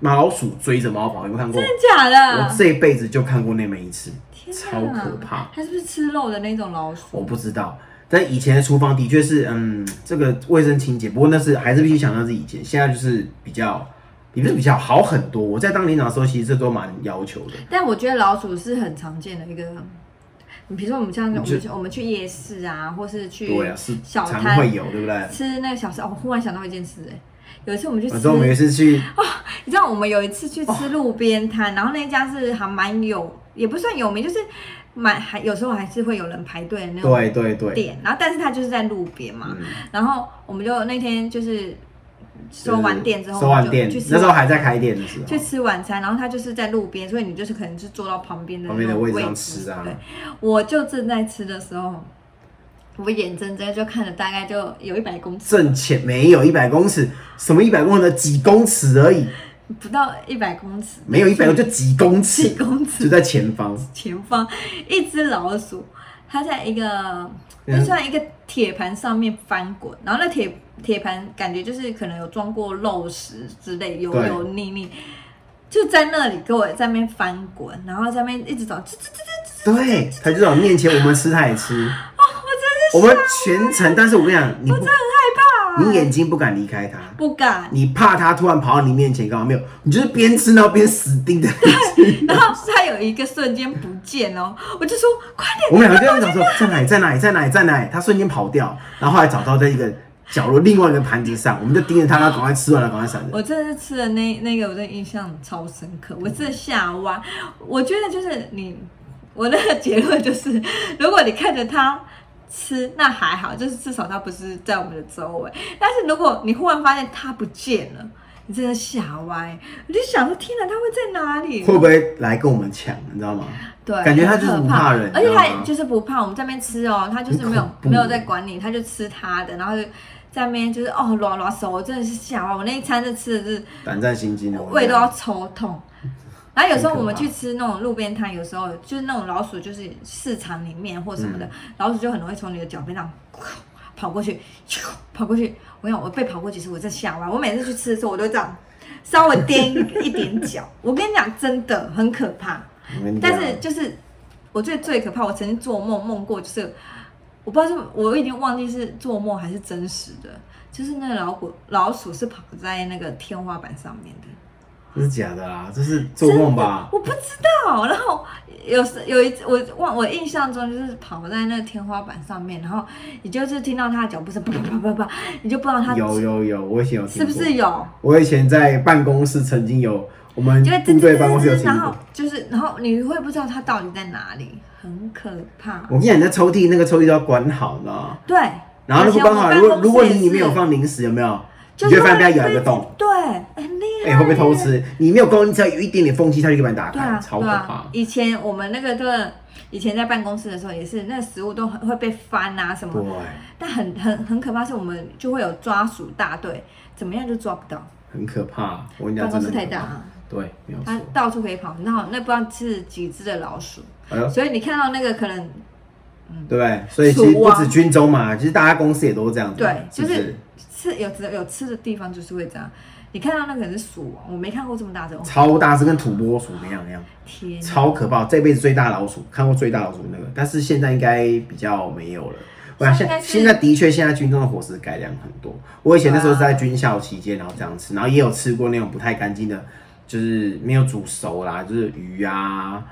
[SPEAKER 2] 老鼠追着猫跑，有没有看过？
[SPEAKER 1] 真的假的？
[SPEAKER 2] 我这辈子就看过那么一次，
[SPEAKER 1] 啊天
[SPEAKER 2] 超
[SPEAKER 1] 哪
[SPEAKER 2] 可怕。
[SPEAKER 1] 它是不是吃肉的那种老鼠？
[SPEAKER 2] 我不知道，但以前的厨房的确是，嗯，这个卫生清洁，不过那是还是必须想到是以前，现在就是比较，也不是比较好很多。我在当领导的时候，其实这都蛮要求的。
[SPEAKER 1] 但我觉得老鼠是很常见的一个，你比如说我们像我们
[SPEAKER 2] 就
[SPEAKER 1] 去我们去夜市啊，或是去
[SPEAKER 2] 对啊，是
[SPEAKER 1] 小
[SPEAKER 2] 常
[SPEAKER 1] 摊
[SPEAKER 2] 会有，对不对？
[SPEAKER 1] 吃那个小吃。哦，我忽然想到一件事、哎，有一次我们去吃，
[SPEAKER 2] 反正我们有一次去，
[SPEAKER 1] 你知道我们有一次去
[SPEAKER 2] 哦
[SPEAKER 1] 吃路边摊，然后那一家是还蛮有，也不算有名，就是蛮还有时候还是会有人排队的那种
[SPEAKER 2] 对对对，
[SPEAKER 1] 店，然后但是它就是在路边嘛，
[SPEAKER 2] 嗯
[SPEAKER 1] 然后我们就那天就是收完店之后，
[SPEAKER 2] 收完店
[SPEAKER 1] 我们就去，吃
[SPEAKER 2] 那时候
[SPEAKER 1] 晚
[SPEAKER 2] 还在开店的时
[SPEAKER 1] 去
[SPEAKER 2] 候，
[SPEAKER 1] 吃晚餐，然后他就是在路边，所以你就是可能是坐到旁边的
[SPEAKER 2] 旁边的
[SPEAKER 1] 那种
[SPEAKER 2] 位
[SPEAKER 1] 位
[SPEAKER 2] 置上
[SPEAKER 1] 置
[SPEAKER 2] 吃啊
[SPEAKER 1] 对，我就正在吃的时候，我眼睁睁就看着大概就有一百公尺，
[SPEAKER 2] 挣钱没有一百公尺，什么一百公尺，几公尺而已，
[SPEAKER 1] 不到一百公尺，
[SPEAKER 2] 没有一百公就几公尺，
[SPEAKER 1] 几公
[SPEAKER 2] 就
[SPEAKER 1] 尺
[SPEAKER 2] 在前方。
[SPEAKER 1] 前方一只老鼠，它在一个
[SPEAKER 2] 嗯
[SPEAKER 1] 就算一个铁盘上面翻滚，然后那铁铁盘感觉就是可能有装过肉食之类，油
[SPEAKER 2] 对
[SPEAKER 1] 油腻腻。就在那里给我在那边翻滚，然后在那边一直找，吱吱吱吱吱
[SPEAKER 2] 对，他就在我面前，我们吃他也吃。
[SPEAKER 1] 哦
[SPEAKER 2] 我们全程，但是我跟你讲，你不，你眼睛不敢离开他，
[SPEAKER 1] 不敢，
[SPEAKER 2] 你怕他突然跑到你面前，干嘛没有？你就是边吃然后边死盯着你
[SPEAKER 1] [LAUGHS]
[SPEAKER 2] 吃。
[SPEAKER 1] 然后他有一个瞬间不见哦，我就说快点，
[SPEAKER 2] 我们两个就在想说，在哪里，在哪里，在哪里，在哪里？他瞬间跑掉，然后后来找到在一个角落另外一个盘子上，我们就盯着他，他赶快吃完了，赶快闪人。
[SPEAKER 1] 我真的是吃了那那个，我真的印象超深
[SPEAKER 2] 嗯
[SPEAKER 1] 刻，我真的吓歪。我觉得就是你，我那个结论就是， [LAUGHS] 如果你看着他吃，那还好，就是至少他不是在我们的周围。但是如果你忽然发现他不见了，你真的吓歪，我就想说，天哪，他会在哪里？
[SPEAKER 2] 会不会来跟我们抢？你知道吗？
[SPEAKER 1] 对，
[SPEAKER 2] 感觉他
[SPEAKER 1] 很
[SPEAKER 2] 就是
[SPEAKER 1] 可
[SPEAKER 2] 不
[SPEAKER 1] 怕
[SPEAKER 2] 怕人
[SPEAKER 1] 而且
[SPEAKER 2] 你知道
[SPEAKER 1] 他
[SPEAKER 2] 吗
[SPEAKER 1] 就是不怕。我们在那边吃哦，他就是没有
[SPEAKER 2] 很恐怖
[SPEAKER 1] 没有在管你，他就吃他的，然后就在那边就是哦拉拉手，我真的是吓到我那一餐就吃的是
[SPEAKER 2] 胆战心惊的，
[SPEAKER 1] 胃都要抽痛。然后有时候我们
[SPEAKER 2] 哦很可怕
[SPEAKER 1] 去吃那种路边摊，有时候就是那种老鼠，就是市场里面或什么
[SPEAKER 2] 嗯
[SPEAKER 1] 的，老鼠就很容易从你的脚边上跑过去，咻跑过去。我想我被跑过几次，我真吓歪。我每次去吃的时候，我都这样稍微踮一一点脚。我跟你讲，真的很可怕。
[SPEAKER 2] 我跟你讲
[SPEAKER 1] 但是就是我觉得最可怕，我曾经做梦梦过，就是我不知道是我已经忘记是做梦还是真实的，就是那个老虎老鼠是跑在那个天花板上面的，
[SPEAKER 2] 这是假的啊啦，这是做梦吧？
[SPEAKER 1] 我不知道。然后有时有一次我忘我印象中就是跑在那个天花板上面，然后你就是听到他的脚步声啪啪啪啪啪，你就不知道他
[SPEAKER 2] 有有有，我以前有听
[SPEAKER 1] 是
[SPEAKER 2] 过
[SPEAKER 1] 不是有，
[SPEAKER 2] 我以前在办公室曾经有，我们
[SPEAKER 1] 就会
[SPEAKER 2] 部队办公室有听
[SPEAKER 1] 然
[SPEAKER 2] 过
[SPEAKER 1] 后。就是然后你会不知道他到底在哪里，很可怕。
[SPEAKER 2] 我跟你讲，你的抽屉那个抽屉都要关好呢。
[SPEAKER 1] 对，
[SPEAKER 2] 然后如果关好，
[SPEAKER 1] 以前
[SPEAKER 2] 如
[SPEAKER 1] 我
[SPEAKER 2] 果
[SPEAKER 1] 们办公室
[SPEAKER 2] 如果
[SPEAKER 1] 也
[SPEAKER 2] 你
[SPEAKER 1] 是
[SPEAKER 2] 里面有，放零食，有没有？
[SPEAKER 1] 就
[SPEAKER 2] 你就会
[SPEAKER 1] 会
[SPEAKER 2] 发现被它咬
[SPEAKER 1] 被
[SPEAKER 2] 一个洞，
[SPEAKER 1] 对，很厉害。
[SPEAKER 2] 哎、会不会偷？吃？你没有功力，只要有一点点缝隙，它就可以把你打开，
[SPEAKER 1] 对啊，
[SPEAKER 2] 超
[SPEAKER 1] 对
[SPEAKER 2] 可
[SPEAKER 1] 啊
[SPEAKER 2] 怕。。
[SPEAKER 1] 以前我们那个的，以前在办公室的时候也是，那食物都很会被翻啊什
[SPEAKER 2] 对
[SPEAKER 1] 么，，但很很很可怕，是我们就会有抓鼠大队，怎么样就抓不到，
[SPEAKER 2] 很可怕。我跟你讲，
[SPEAKER 1] 办公室
[SPEAKER 2] 真的
[SPEAKER 1] 太
[SPEAKER 2] 很可
[SPEAKER 1] 大
[SPEAKER 2] 怕。
[SPEAKER 1] 啊，
[SPEAKER 2] 对，没有
[SPEAKER 1] 它
[SPEAKER 2] 错。
[SPEAKER 1] 到处可以跑，然后那不知道是几只的老鼠，
[SPEAKER 2] 哎呦，
[SPEAKER 1] 所以你看到那个可能
[SPEAKER 2] 对不对？所以其实
[SPEAKER 1] 鼠
[SPEAKER 2] 不
[SPEAKER 1] 王
[SPEAKER 2] 止军中嘛，其实大家公司也都是这样子嘛。
[SPEAKER 1] 对，就
[SPEAKER 2] 不
[SPEAKER 1] 是是吃有只有吃的地方就是会这样。你看到那个人是鼠王，我没看过这么大只，哦
[SPEAKER 2] 超大，是跟土拨鼠那样那样，
[SPEAKER 1] 天哪！
[SPEAKER 2] 超可怕。这辈子最大老鼠看过最大老鼠那个，但是现在应该比较没有了。我想
[SPEAKER 1] 现
[SPEAKER 2] 现
[SPEAKER 1] 在应该是
[SPEAKER 2] 现在的确，现在军中的伙食改良很多。我以前那时候是在军校期间，然后这样吃，然后也有吃过那种不太干净的，就是没有煮熟啦，就是鱼啊，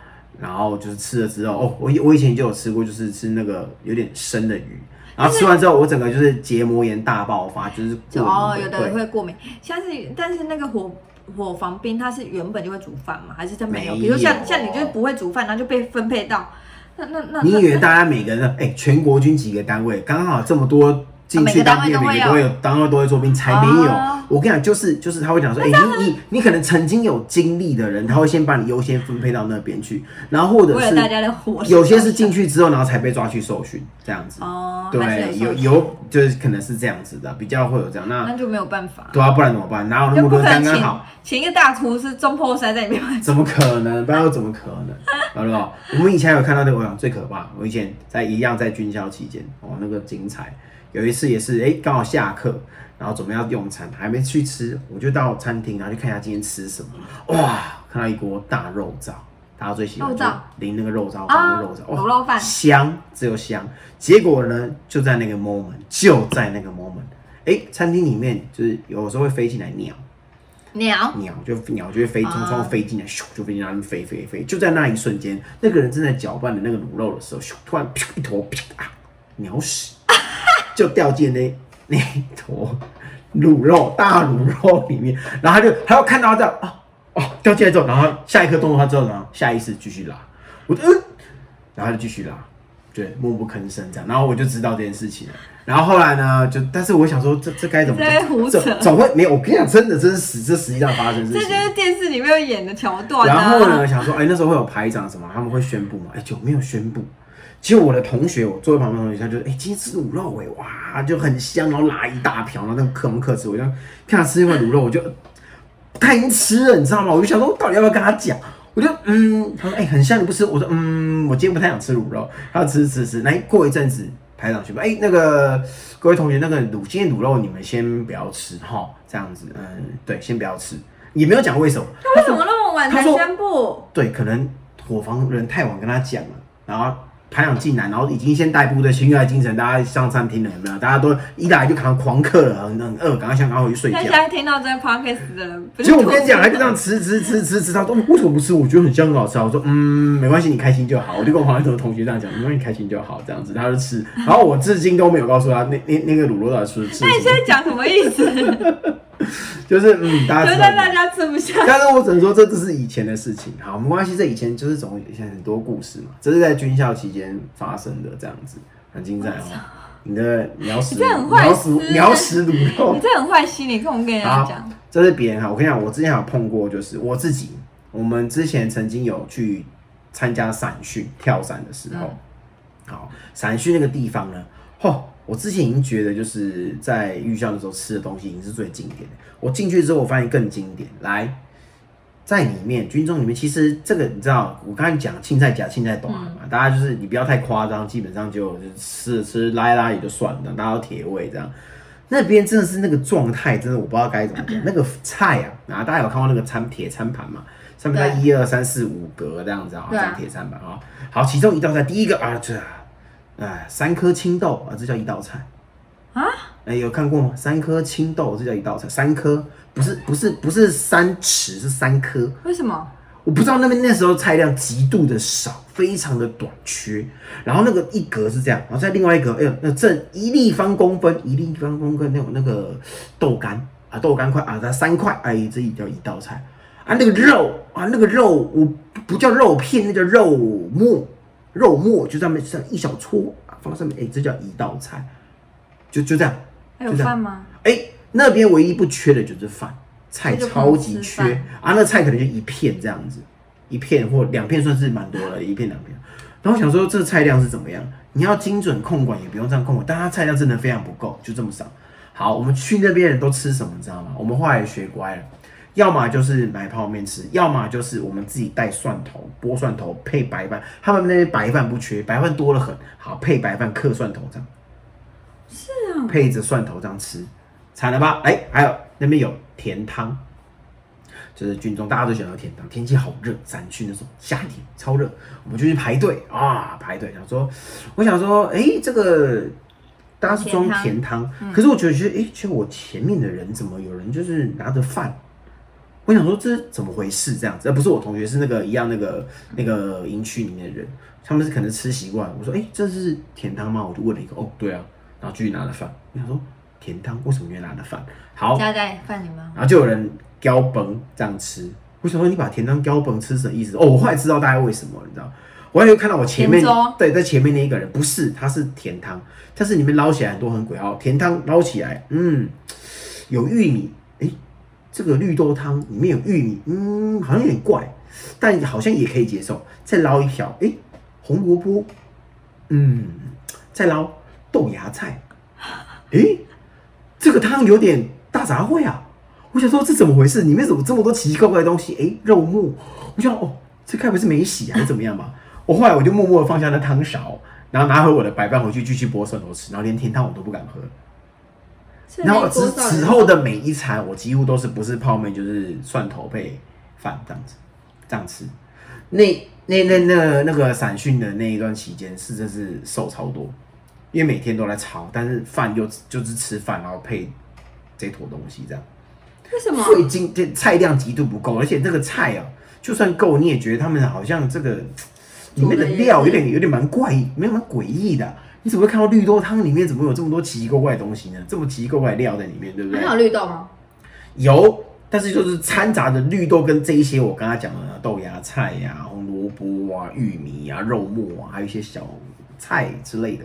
[SPEAKER 2] 然后就是吃了之后，哦，我以我以前就有吃过，就是吃那个有点生的鱼，然后吃完之后，我整个就是结膜炎大爆发，就是过敏
[SPEAKER 1] 哦，有
[SPEAKER 2] 对
[SPEAKER 1] 的会过敏。像是，但是那个火火防兵，他是原本就会煮饭嘛，还是他没有？
[SPEAKER 2] 没
[SPEAKER 1] 比如像
[SPEAKER 2] 有
[SPEAKER 1] 像你就是不会煮饭，然后就被分配到那那 [LAUGHS] 那
[SPEAKER 2] 你以
[SPEAKER 1] 那
[SPEAKER 2] 为大家每个人哎、全国军几个单位，刚好这么多进去当兵的，每个都会有，单位都会做兵，才没有。
[SPEAKER 1] 哦
[SPEAKER 2] 我跟你讲，就是就是他会讲说，哎、你你你可能曾经有经历的人，他会先把你优先分配到那边去，然后或者
[SPEAKER 1] 为了大家
[SPEAKER 2] 是
[SPEAKER 1] 的火，
[SPEAKER 2] 有些是进去之后，然后才被抓去受训这样子。
[SPEAKER 1] 哦，还
[SPEAKER 2] 对，
[SPEAKER 1] 是有
[SPEAKER 2] 有
[SPEAKER 1] 受
[SPEAKER 2] 有就是可能是这样子的，比较会有这样。那
[SPEAKER 1] 那就没有办法，
[SPEAKER 2] 对啊，不然怎么办？哪有那
[SPEAKER 1] 就
[SPEAKER 2] 么
[SPEAKER 1] 不
[SPEAKER 2] 多
[SPEAKER 1] 可
[SPEAKER 2] 人刚
[SPEAKER 1] 能
[SPEAKER 2] 刚
[SPEAKER 1] 请
[SPEAKER 2] 好？
[SPEAKER 1] 请一个大厨师中破塞在里面。
[SPEAKER 2] 怎么可能？不然又怎么可
[SPEAKER 1] [LAUGHS]
[SPEAKER 2] 能？好不好？我们以前有看到那个，我想最可怕。我以前在一样在军校期间，哦，那个精彩。有一次也是，哎、刚好下课，然后准备要用餐，还没去吃，我就到餐厅，然后去看一下今天吃什么。哇，看到一锅大肉燥，大家最喜欢
[SPEAKER 1] 肉燥
[SPEAKER 2] 淋那个肉燥，
[SPEAKER 1] 啊
[SPEAKER 2] 放肉燥，
[SPEAKER 1] 卤肉饭
[SPEAKER 2] 香，只有香。结果呢，就在那个 moment，就在那个 moment，哎、餐厅里面就是有时候会飞进来鸟。
[SPEAKER 1] 鸟，
[SPEAKER 2] 鸟就鸟就会飞，从
[SPEAKER 1] 啊
[SPEAKER 2] 窗户飞进来，咻就飞进来，那边飞飞飞，就在那一瞬间，那个人正在搅拌的那个卤肉的时候，咻突然噗一坨噗啊，鸟屎就掉进那那一坨卤肉大卤肉里面，然后他就他要看到他这样啊哦掉进来之后，然后下一刻动作他之后，然后下意识继续拉，我就嗯，然后他就继续拉。对，默不吭声这样，然后我就知道这件事情了。然后后来呢，就但是我想说，这这该怎么
[SPEAKER 1] 在胡扯
[SPEAKER 2] 这总会没有，我跟你讲，真的，这是实，这实际上发生的事
[SPEAKER 1] 这
[SPEAKER 2] 情
[SPEAKER 1] 就。是电视里面演的桥段啊。
[SPEAKER 2] 然后呢，想说，哎、那时候会有排长什么，他们会宣布嘛？哎、就没有宣布。结果我的同学，我坐在旁边的同学，他就，哎、今天吃卤肉、哎，哇，就很香，然后拿一大瓢，然后那个克隆克吃，我就看他吃一块卤肉，我就太能吃了，你知道吗？我就想说，我到底要不要跟他讲？我就嗯，他说，哎、很香，你不吃？我说，嗯，我今天不太想吃卤肉。他吃吃吃，来过一阵子，排长去吧，哎、那个各位同学，那个卤今天卤肉你们先不要吃哈，这样子，嗯，对，先不要吃，也没有讲为什么。
[SPEAKER 1] 他为什么那么晚才
[SPEAKER 2] 他说
[SPEAKER 1] 宣布？
[SPEAKER 2] 对，可能伙房人太晚跟他讲了，然后排长进来，然后已经先带部队情绪来精神，大家上餐厅了有没有？大家都一来就扛狂客了，很很饿，赶快想赶快回去睡
[SPEAKER 1] 那
[SPEAKER 2] 觉
[SPEAKER 1] 现。在听到这 podcast 的人，不是
[SPEAKER 2] 结果我跟你讲，
[SPEAKER 1] 吐
[SPEAKER 2] 他就这样吃吃吃吃吃，他说为什么不吃？我觉得很香很好吃啊。我说嗯，没关系，你开心就好。我就跟我旁边的同学这样讲，没关系，你开心就好，这样子他就吃。然后我至今都没有告诉他那那那个卤肉到底是吃什
[SPEAKER 1] 那你现
[SPEAKER 2] 么，
[SPEAKER 1] 在讲什么意
[SPEAKER 2] [LAUGHS]
[SPEAKER 1] 思？就
[SPEAKER 2] 就是嗯，大家
[SPEAKER 1] 是
[SPEAKER 2] 吃
[SPEAKER 1] 让
[SPEAKER 2] 很多
[SPEAKER 1] 大家吃不下。
[SPEAKER 2] [LAUGHS] 但是我只能说，这只是以前的事情。好，没关系，这以前就是总以前很多故事嘛，这是在军校期间发生的，这样子很精彩哦。你的鸟屎，
[SPEAKER 1] 你这很坏欸
[SPEAKER 2] 鸟屎
[SPEAKER 1] 思，
[SPEAKER 2] 鸟屎卤肉
[SPEAKER 1] 你。这很坏心，你跟我跟人家
[SPEAKER 2] 好
[SPEAKER 1] 讲，
[SPEAKER 2] 这是别人哈。我跟你讲，我之前有碰过，就是我自己，我们之前曾经有去参加伞训跳伞的时候，
[SPEAKER 1] 嗯
[SPEAKER 2] 好，伞训那个地方呢，吼，我之前已经觉得就是在预校的时候吃的东西已经是最经典的。我进去之后，我发现更经典。来，在里面军中里面，其实这个你知道，我刚才讲青菜夹青菜短嘛，大家就是你不要太夸张，基本上就就是吃吃拉一拉也就算了，大家都铁胃这样。那边真的是那个状态，真的我不知道该怎么讲。那个菜啊，然后大家有看过那个餐铁餐盘嘛？上面在一二三四五格这样子啊，这
[SPEAKER 1] 对啊
[SPEAKER 2] 样铁餐盘啊。好，其哎中一道菜，第一个啊，这啊，三颗青豆啊，这叫一道菜
[SPEAKER 1] 啊。
[SPEAKER 2] 哎、有看过吗？三颗青豆，这叫一道菜。三颗不是不是不是三尺，是三颗。
[SPEAKER 1] 为什么？
[SPEAKER 2] 我不知道那边那时候菜量极度的少，非常的短缺。然后那个一格是这样，然后再另外一格，哎呦，那正一立方公分，一立方公分那种那个豆干啊，豆干块啊，它三块，哎，这也叫一道菜啊。那个肉啊，那个肉我不叫肉片，那叫肉末，肉末就上面上一小撮啊，放上面，哎，这叫一道菜，就就这样，
[SPEAKER 1] 还有
[SPEAKER 2] 就这样
[SPEAKER 1] 饭。吗？
[SPEAKER 2] 哎、那边唯一不缺的就是饭，菜超级缺
[SPEAKER 1] 那就不能吃
[SPEAKER 2] 啊，那菜可能就一片这样子，一片或两片算是蛮多了，一片两片。然后想说这菜量是怎么样？你要精准控管也不用这样控管，但它菜量真的非常不够，就这么少。好，我们去那边人都吃什么，你知道吗？我们后来也学乖了，要么就是买泡面吃，要么就是我们自己带蒜头剥蒜头配白饭。他们那边白饭不缺，白饭多了很，好配白饭嗑蒜头这样。
[SPEAKER 1] 是啊，
[SPEAKER 2] 配着蒜头这样吃，惨了吧？哎、还有那边有甜汤，就是军中大家都喜欢喝甜汤，天气好热，山区那时候夏天超热，我们就去排队啊，排队想说，我想说，哎、这个大家是装甜汤，可是我觉得，觉得，哎、其实我前面的人怎么有人就是拿着饭。我想说这是怎么回事？这样子，呃，不是我同学，是那个一样那个那个营区里面的人，他们是可能吃习惯。我说，哎、这是甜汤吗？我就问了一个，哦，对啊，然后继续拿了饭。我想说，甜汤为什么你会拿了饭？好，
[SPEAKER 1] 加在饭里吗？
[SPEAKER 2] 然后就有人叼崩这样吃。我想说你把甜汤叼崩吃是什么意思？哦，我后来知道大概为什么，你知道？我后来又看到我前面
[SPEAKER 1] 甜粥
[SPEAKER 2] 对，在前面那一个人不是，他是甜汤，但是里面捞起来很多很鬼哦，甜汤捞起来，嗯，有玉米，诶，这个绿豆汤里面有玉米，嗯，好像有点怪，但好像也可以接受。再捞一条，诶，红萝卜，嗯，再捞豆芽菜，诶，这个汤有点大杂烩啊！我想说这怎么回事？里面怎么这么多奇奇怪怪的东西？诶，肉末，我想哦，这该不是没洗还是怎么样吧？我后来我就默默的放下那汤勺，然后拿回我的白饭回去继续剥蒜头吃，然后连甜汤我都不敢喝。
[SPEAKER 1] 是
[SPEAKER 2] 然后
[SPEAKER 1] 那
[SPEAKER 2] 之
[SPEAKER 1] 锅烧的
[SPEAKER 2] 此后的每一餐，我几乎都是不是泡面就是蒜头配饭这样子，这样吃。那那那那那个散训的那一段期间，是真是瘦超多，因为每天都在炒，但是饭又就是吃饭，然后配这坨东西这样。
[SPEAKER 1] 为什么？
[SPEAKER 2] 所以今这菜量极度不够，而且这个菜啊，就算够，你也觉得他们好像这个里面的料有点有点蛮怪异，没有蛮诡异的啊、你怎么会看到绿豆汤里面怎么有这么多奇奇怪怪的东西呢？这么奇奇怪怪的料在里面，对不对
[SPEAKER 1] 还？有绿豆吗？
[SPEAKER 2] 有，但是就是掺杂着绿豆跟这一些我刚刚讲的啊豆芽菜呀、红萝卜啊、玉米啊、肉末啊，还有一些小菜之类的，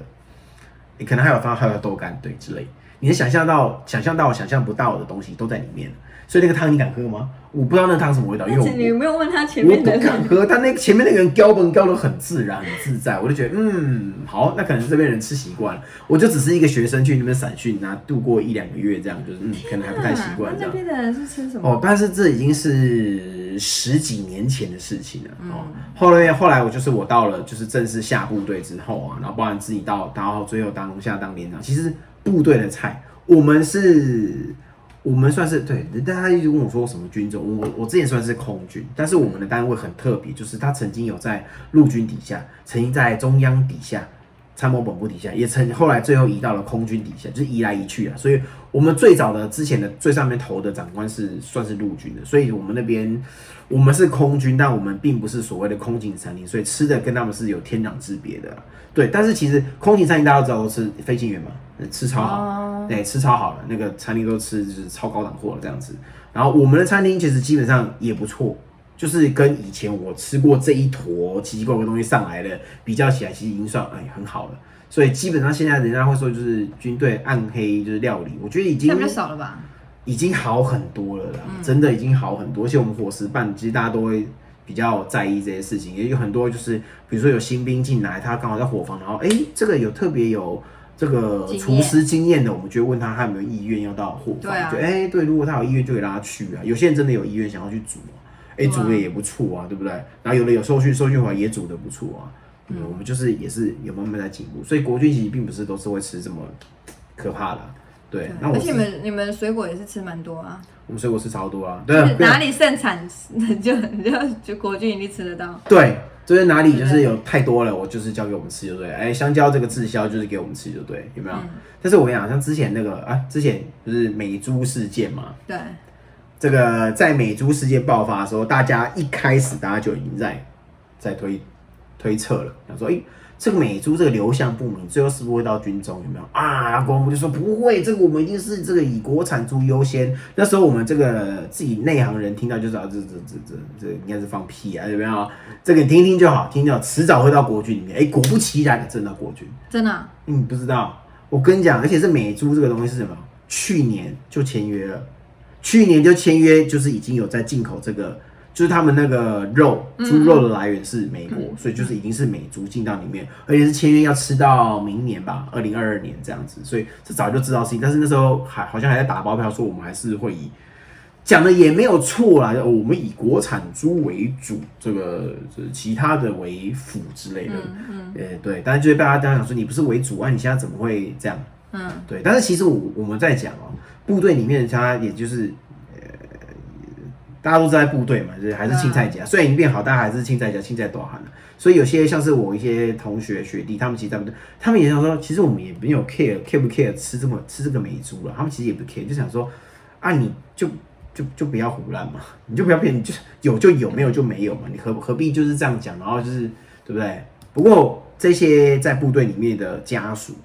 [SPEAKER 2] 你可能还有放还有豆干对之类，你能想象到、想象到、想象不到的东西都在里面了所以那个汤你敢喝吗？我不知道那汤什么味道，因为
[SPEAKER 1] 而且你
[SPEAKER 2] 我
[SPEAKER 1] 没有问他前
[SPEAKER 2] 哎我
[SPEAKER 1] 面的
[SPEAKER 2] 不敢
[SPEAKER 1] 人，
[SPEAKER 2] 喝，但那前面那个人叼本叼的很自然、很自在，我就觉得嗯，好，那可能是这边人吃习惯了。我就只是一个学生去那边散训啊，度过一两个月这样，就是嗯，可能还不太习惯
[SPEAKER 1] 啊
[SPEAKER 2] 这
[SPEAKER 1] 那
[SPEAKER 2] 样。
[SPEAKER 1] 边的人是吃什么？
[SPEAKER 2] 哦，但是这已经是十几年前的事情了。
[SPEAKER 1] 嗯
[SPEAKER 2] 哦，后来后来我就是我到了就是正式下部队之后啊，然后包含自己到到最后当下当连长，其实部队的菜我们是。我们算是对，但他一直问我说什么军种，我我之前算是空军，但是我们的单位很特别，就是他曾经有在陆军底下，曾经在中央底下，参谋本部底下，也曾后来最后移到了空军底下，就是移来移去啊。所以我们最早的之前的最上面头的长官是算是陆军的，所以我们那边我们是空军，但我们并不是所谓的空警三零，所以吃的跟他们是有天壤之别的啊、对，但是其实空警三零大家都知道都吃飞行员嘛，嗯吃超好。
[SPEAKER 1] 哦，
[SPEAKER 2] 对，吃超好了，那个餐厅都吃就是超高档货了这样子。然后我们的餐厅其实基本上也不错，就是跟以前我吃过这一坨奇奇怪怪东西上来的比较起来，其实已经算哎很好了。所以基本上现在人家会说就是军队暗黑就是料理，我觉得已经
[SPEAKER 1] 那比较少了吧？
[SPEAKER 2] 已经好很多了啦，
[SPEAKER 1] 嗯
[SPEAKER 2] 真的已经好很多。而且我们伙食办，其实大家都会比较在意这些事情，也有很多就是，比如说有新兵进来，他刚好在伙房，然后哎、诶这个有特别有这个
[SPEAKER 1] 经验
[SPEAKER 2] 厨师经验的，我们就会问他他有没有意愿要到伙
[SPEAKER 1] 对
[SPEAKER 2] 房，
[SPEAKER 1] 啊嗯
[SPEAKER 2] 就哎、诶对，如果他有意愿就给他去啊。有些人真的有意愿想要去煮、啊，哎、
[SPEAKER 1] 对啊
[SPEAKER 2] 煮的也不错啊，对不对？然后有的有受训，受训回来也煮的不错啊。嗯，我们就是也是有慢慢在进步，所以国军其实并不是都是会吃这么可怕的啊、对，那我
[SPEAKER 1] 而且
[SPEAKER 2] 自
[SPEAKER 1] 你们你们水果也是吃蛮多啊，
[SPEAKER 2] 我们水果吃超多啊，对
[SPEAKER 1] 就
[SPEAKER 2] 啊
[SPEAKER 1] 是， [LAUGHS]
[SPEAKER 2] 对啊
[SPEAKER 1] 哪里盛产就就就国军一定吃得到。
[SPEAKER 2] 对，就是哪里就是有太多了，我就是交给我们吃就对了。哎、香蕉这个滞销就是给我们吃就对了，啊有没有？
[SPEAKER 1] 嗯
[SPEAKER 2] 但是我跟你讲，像之前那个啊，之前不是美猪事件嘛，
[SPEAKER 1] 对，
[SPEAKER 2] 这个在美猪事件爆发的时候，大家一开始大家就已经在在推推测了，想说，哎、这个美猪这个流向不明，最后是不是会到军中？有没有啊？国防部就说不会，这个我们一定是这个以国产猪优先。那时候我们这个自己内行人听到就知道，这这这这这应该是放屁啊，有没有？这个你听听就好，听就好，迟早会到国军里面。哎、果不其然，真的到国军。
[SPEAKER 1] 真的啊
[SPEAKER 2] 你嗯不知道，我跟你讲，而且是美猪这个东西是什么？去年就签约了，去年就签约，就是已经有在进口这个，就是他们那个肉，猪肉的来源是美国，所以就是已经是美猪进到里面，而且是签约要吃到明年吧，二零二二年这样子，所以这早就知道事情，但是那时候还好像还在打包票，说我们还是会以。讲的也没有错啦，我们以国产猪为主，这个就是其他的为辅之类的。
[SPEAKER 1] 嗯嗯
[SPEAKER 2] 呃，对，但是就会被大家讲说你不是为主啊，你现在怎么会这样？
[SPEAKER 1] 嗯，
[SPEAKER 2] 对，但是其实我我们在讲哦、部队里面他也就是呃大家都是在部队嘛，就是还是青菜
[SPEAKER 1] 嗯
[SPEAKER 2] 家，虽然已经变好，但还是青菜家，青菜多寒了。所以有些像是我一些同学学弟，他们其实在部队，他们也想说，其实我们也没有 care care 不 care 吃这么吃这个美猪啊了，他们其实也不 care，就想说啊，你就就就不要胡乱嘛，你就不要骗，你就有就有，没有就没有嘛，你何何必就是这样讲，然后就是对不对？不过这些在部队里面的家属，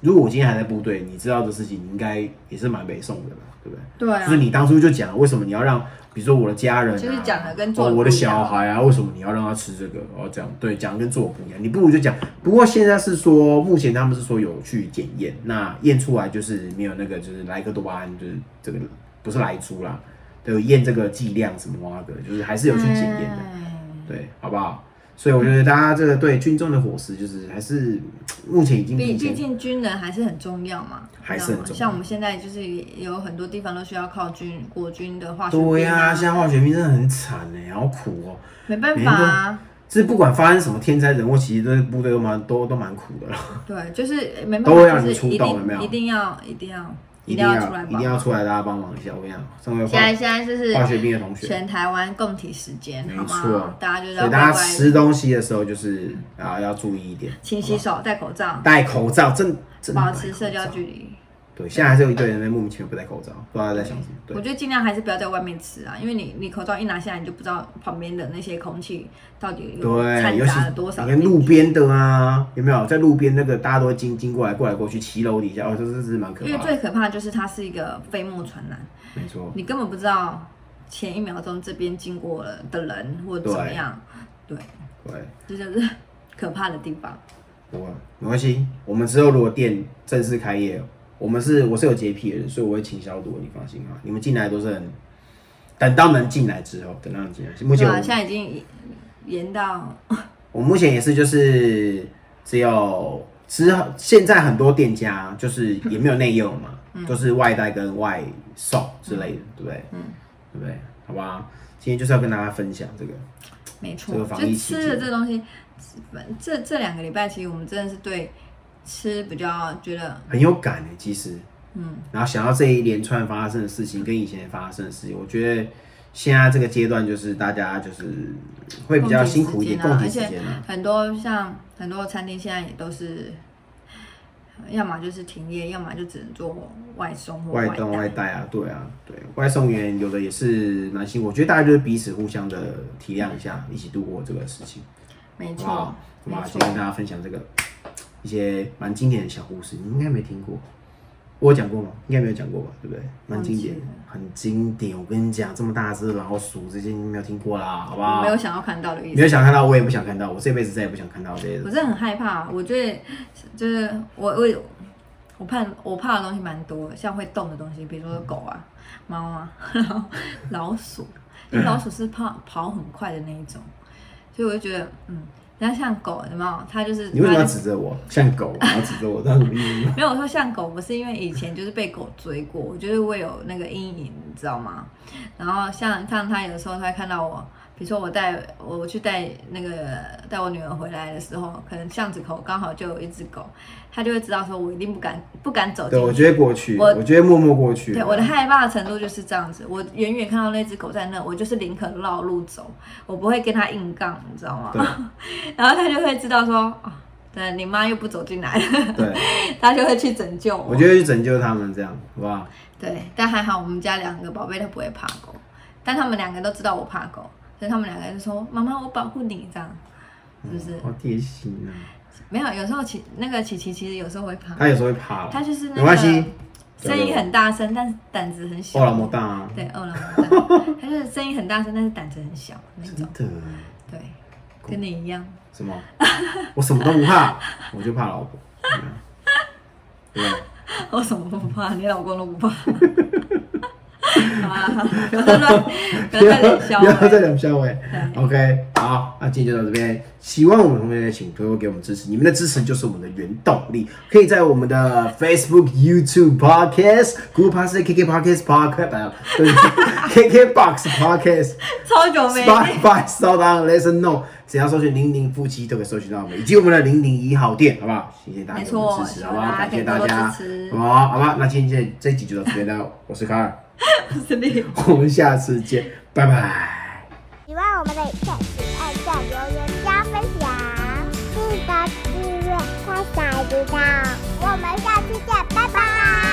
[SPEAKER 2] 如果我今天还在部队，你知道的事情，你应该也是蛮北宋的吧，对不对？
[SPEAKER 1] 对啊
[SPEAKER 2] 就是，你当初就讲了，为什么你要让，比如说我的家人、啊，
[SPEAKER 1] 就是讲的跟做的
[SPEAKER 2] 哦我
[SPEAKER 1] 不
[SPEAKER 2] 的
[SPEAKER 1] 一样
[SPEAKER 2] 小孩啊，为什么你要让他吃这个？哦，这样对，讲跟做的不一样，你不如就讲。不过现在是说，目前他们是说有去检验，那验出来就是没有那个，就是莱克多巴胺，就是这个不是莱猪啦，都有验这个剂量什么啊的，就是还是有去检验的。
[SPEAKER 1] 嗯
[SPEAKER 2] 对，好不好？所以我觉得大家这个对军众的伙食，就是还是嗯目前已经
[SPEAKER 1] 毕
[SPEAKER 2] 比
[SPEAKER 1] 毕
[SPEAKER 2] 以前
[SPEAKER 1] 竟军人还是很重要嘛，
[SPEAKER 2] 还是很重要
[SPEAKER 1] 像我们现在就是有很多地方都需要靠军国军的化学
[SPEAKER 2] 对啊
[SPEAKER 1] 兵啊
[SPEAKER 2] 呀、现在化学兵真的很惨哎、好苦哦、
[SPEAKER 1] 没办法啊，
[SPEAKER 2] 就是不管发生什么天灾人祸，其实都是部队都蛮都都蛮苦的了，
[SPEAKER 1] 对，就是没办
[SPEAKER 2] 都要
[SPEAKER 1] 法，
[SPEAKER 2] 你
[SPEAKER 1] 就是
[SPEAKER 2] 出
[SPEAKER 1] 一
[SPEAKER 2] 动有没有
[SPEAKER 1] 定一定要一定要
[SPEAKER 2] 一定
[SPEAKER 1] 定
[SPEAKER 2] 要
[SPEAKER 1] 出来
[SPEAKER 2] 一
[SPEAKER 1] 吧
[SPEAKER 2] 定。要出来，大家帮忙一下。我跟你讲，身为
[SPEAKER 1] 现在
[SPEAKER 2] 化
[SPEAKER 1] 现在就是
[SPEAKER 2] 化学兵的同学，
[SPEAKER 1] 全台湾共体时间，
[SPEAKER 2] 没
[SPEAKER 1] 好
[SPEAKER 2] 错
[SPEAKER 1] 吗？大家就是
[SPEAKER 2] 所
[SPEAKER 1] 要
[SPEAKER 2] 以大
[SPEAKER 1] 乖
[SPEAKER 2] 家
[SPEAKER 1] 乖
[SPEAKER 2] 吃东西的时候就是啊要注意一点，
[SPEAKER 1] 勤洗手、戴口罩、
[SPEAKER 2] 戴口罩，真真的
[SPEAKER 1] 保
[SPEAKER 2] 戴
[SPEAKER 1] 持
[SPEAKER 2] 口
[SPEAKER 1] 社交
[SPEAKER 2] 罩
[SPEAKER 1] 距离。
[SPEAKER 2] 对，现在还是有一堆人在莫名其妙不戴口罩，不知道他在想什么。对
[SPEAKER 1] 我，觉得尽量还是不要在外面吃啊，因为你你口罩一拿下来，你就不知道旁边的那些空气到底有
[SPEAKER 2] 对，
[SPEAKER 1] 掺
[SPEAKER 2] 尤其
[SPEAKER 1] 杂了多少
[SPEAKER 2] 你看路边的啊，有没有在路边那个大家都会经经过来过来过去，骑楼底下，哦，这这这是蛮可
[SPEAKER 1] 因为
[SPEAKER 2] 怕的，
[SPEAKER 1] 最可怕的就是它是一个飞沫传染，
[SPEAKER 2] 没错。
[SPEAKER 1] 你根本不知道前一秒钟这边经过了的人或者怎么样，对，
[SPEAKER 2] 对，
[SPEAKER 1] 这就是可怕的地方。
[SPEAKER 2] 不会，没关系。我们之后如果店正式开业，我们是我是有洁癖的人，所以我会勤消毒，你放心啊。你们进来都是很，等到能进来之后，等到能进来。目
[SPEAKER 1] 对
[SPEAKER 2] 前我
[SPEAKER 1] 啊，
[SPEAKER 2] 们、
[SPEAKER 1] 现在已经延到
[SPEAKER 2] 我目前也是就是只有之后，现在很多店家就是也没有内用嘛，都是外带跟外送之类的，对不对？
[SPEAKER 1] 嗯
[SPEAKER 2] 对不对？好吧，今天就是要跟大家分享这个。
[SPEAKER 1] 没错
[SPEAKER 2] 这个，防
[SPEAKER 1] 就
[SPEAKER 2] 疫期
[SPEAKER 1] 吃的
[SPEAKER 2] 间
[SPEAKER 1] 这东西，这这两个礼拜其实我们真的是对吃比较觉得
[SPEAKER 2] 很有感诶，其实，
[SPEAKER 1] 嗯，
[SPEAKER 2] 然后想到这一连串发生的事情跟以前发生的事情，我觉得现在这个阶段就是大家就是会比较辛苦一点，共
[SPEAKER 1] 共
[SPEAKER 2] 体
[SPEAKER 1] 体
[SPEAKER 2] 时
[SPEAKER 1] 时
[SPEAKER 2] 间
[SPEAKER 1] 间
[SPEAKER 2] 啊，
[SPEAKER 1] 很多像很多餐厅现在也都是，呃要么就是停业，要么就只能做外送或
[SPEAKER 2] 外
[SPEAKER 1] 带。
[SPEAKER 2] 送外带啊，对啊，对，外送员有的也是蛮辛苦，我觉得大家就是彼此互相的体谅一下，一起度过这个事情，好
[SPEAKER 1] 没
[SPEAKER 2] 不好
[SPEAKER 1] 错？，
[SPEAKER 2] 好不
[SPEAKER 1] 没
[SPEAKER 2] 好？
[SPEAKER 1] 错
[SPEAKER 2] 先。跟大家分享这个一些蛮经典的小故事，你应该没听过。我有讲过吗？应该没有讲过吧，对不对？蛮经典的
[SPEAKER 1] 忘记，
[SPEAKER 2] 很经典。我跟你讲，这么大只老鼠，这些你没有听过啦，好不好？
[SPEAKER 1] 我没有想要看到的意
[SPEAKER 2] 没有
[SPEAKER 1] 思。
[SPEAKER 2] 想看到，我也不想看到，我这辈子再也不想看到这些
[SPEAKER 1] 我
[SPEAKER 2] 东西。
[SPEAKER 1] 真的很害怕，我觉得就是我我我怕我怕的东西蛮多的，像会动的东西，比如说狗啊、猫啊， [LAUGHS] 然后老鼠，
[SPEAKER 2] 嗯
[SPEAKER 1] 因为老鼠是跑跑很快的那一种，所以我就觉得嗯，然后像狗有没有？它就是
[SPEAKER 2] 你为什么
[SPEAKER 1] 它
[SPEAKER 2] 要
[SPEAKER 1] 就
[SPEAKER 2] 指着我？像狗，然后指着我，这样子
[SPEAKER 1] 没有我说像狗，不是因为以前就是被狗追过，我就是会有那个阴影，你知道吗？然后像像它有时候它会看到我比如说我带我我去带那个带我女儿回来的时候，可能巷子口刚好就有一只狗，她就会知道说我一定不敢不敢走
[SPEAKER 2] 对，
[SPEAKER 1] 进
[SPEAKER 2] 我
[SPEAKER 1] 去。
[SPEAKER 2] 觉得过去，
[SPEAKER 1] 我
[SPEAKER 2] 我觉得默默过去。
[SPEAKER 1] 对我的害怕程度就是这样子，我远远看到那只狗在那，我就是宁可绕路走，我不会跟它硬杠，你知道吗？ [LAUGHS] 然后它就会知道说，啊，对，你妈又不走进来了， [LAUGHS]
[SPEAKER 2] 对，
[SPEAKER 1] 它就会去拯救我
[SPEAKER 2] 我。觉得去拯救他们这样，好不好？
[SPEAKER 1] 对，但还好我们家两个宝贝都不会怕狗，但他们两个都知道我怕狗，所以他们两个就说：“妈妈，我保护你。”这样是不是？
[SPEAKER 2] 好贴心啊！
[SPEAKER 1] 没有，有时候琪那个琪琪其实有时候会怕，
[SPEAKER 2] 他有时候会怕，
[SPEAKER 1] 他就是
[SPEAKER 2] 哎
[SPEAKER 1] 那
[SPEAKER 2] 没关系
[SPEAKER 1] 个，声音很大声，但是胆子很小。
[SPEAKER 2] 饿了么大啊，
[SPEAKER 1] 对，饿了么大，他就是声音很大声，但是胆子很小那
[SPEAKER 2] 真
[SPEAKER 1] 种。
[SPEAKER 2] 的
[SPEAKER 1] 对，跟你一样。
[SPEAKER 2] 什
[SPEAKER 1] [LAUGHS]
[SPEAKER 2] 么？我什么都不怕，我就怕老婆。对啊，
[SPEAKER 1] 我什么都不怕，你老公
[SPEAKER 2] [LAUGHS]
[SPEAKER 1] 都不怕。好啊，好啊不要再乱，不
[SPEAKER 2] 对不
[SPEAKER 1] 要
[SPEAKER 2] 要
[SPEAKER 1] 再笑
[SPEAKER 2] 不要
[SPEAKER 1] 了。
[SPEAKER 2] 再冷笑哎。OK，好，那今天就到这边。喜欢我们的同学，请多多给我们支持，你们的支持就是我们的原动力。可以在我们的 Facebook、YouTube、Podcast、Google Podcast、KK Podcast、Podcast，对 KK Box Podcast、
[SPEAKER 1] 超久没见。
[SPEAKER 2] Spotify、收当 Listen No，只要搜寻零零夫妻都可以搜寻到我们，以及我们的零零一号店，好不好？谢谢大家
[SPEAKER 1] 没
[SPEAKER 2] 给我
[SPEAKER 1] 错
[SPEAKER 2] 们支持，好不
[SPEAKER 1] 希
[SPEAKER 2] 好？
[SPEAKER 1] 望大
[SPEAKER 2] 感
[SPEAKER 1] 家可
[SPEAKER 2] 谢
[SPEAKER 1] 以
[SPEAKER 2] 大
[SPEAKER 1] 多多
[SPEAKER 2] 家，
[SPEAKER 1] 支持
[SPEAKER 2] 好不好？好吧，那今天这这一集就到这边了，我是卡尔，
[SPEAKER 1] 是你。
[SPEAKER 2] 我们下次见，拜拜。
[SPEAKER 3] 喜欢我们的影片，请按赞、留言、加分享，记得订阅、开小铃铛。我们下期见，拜拜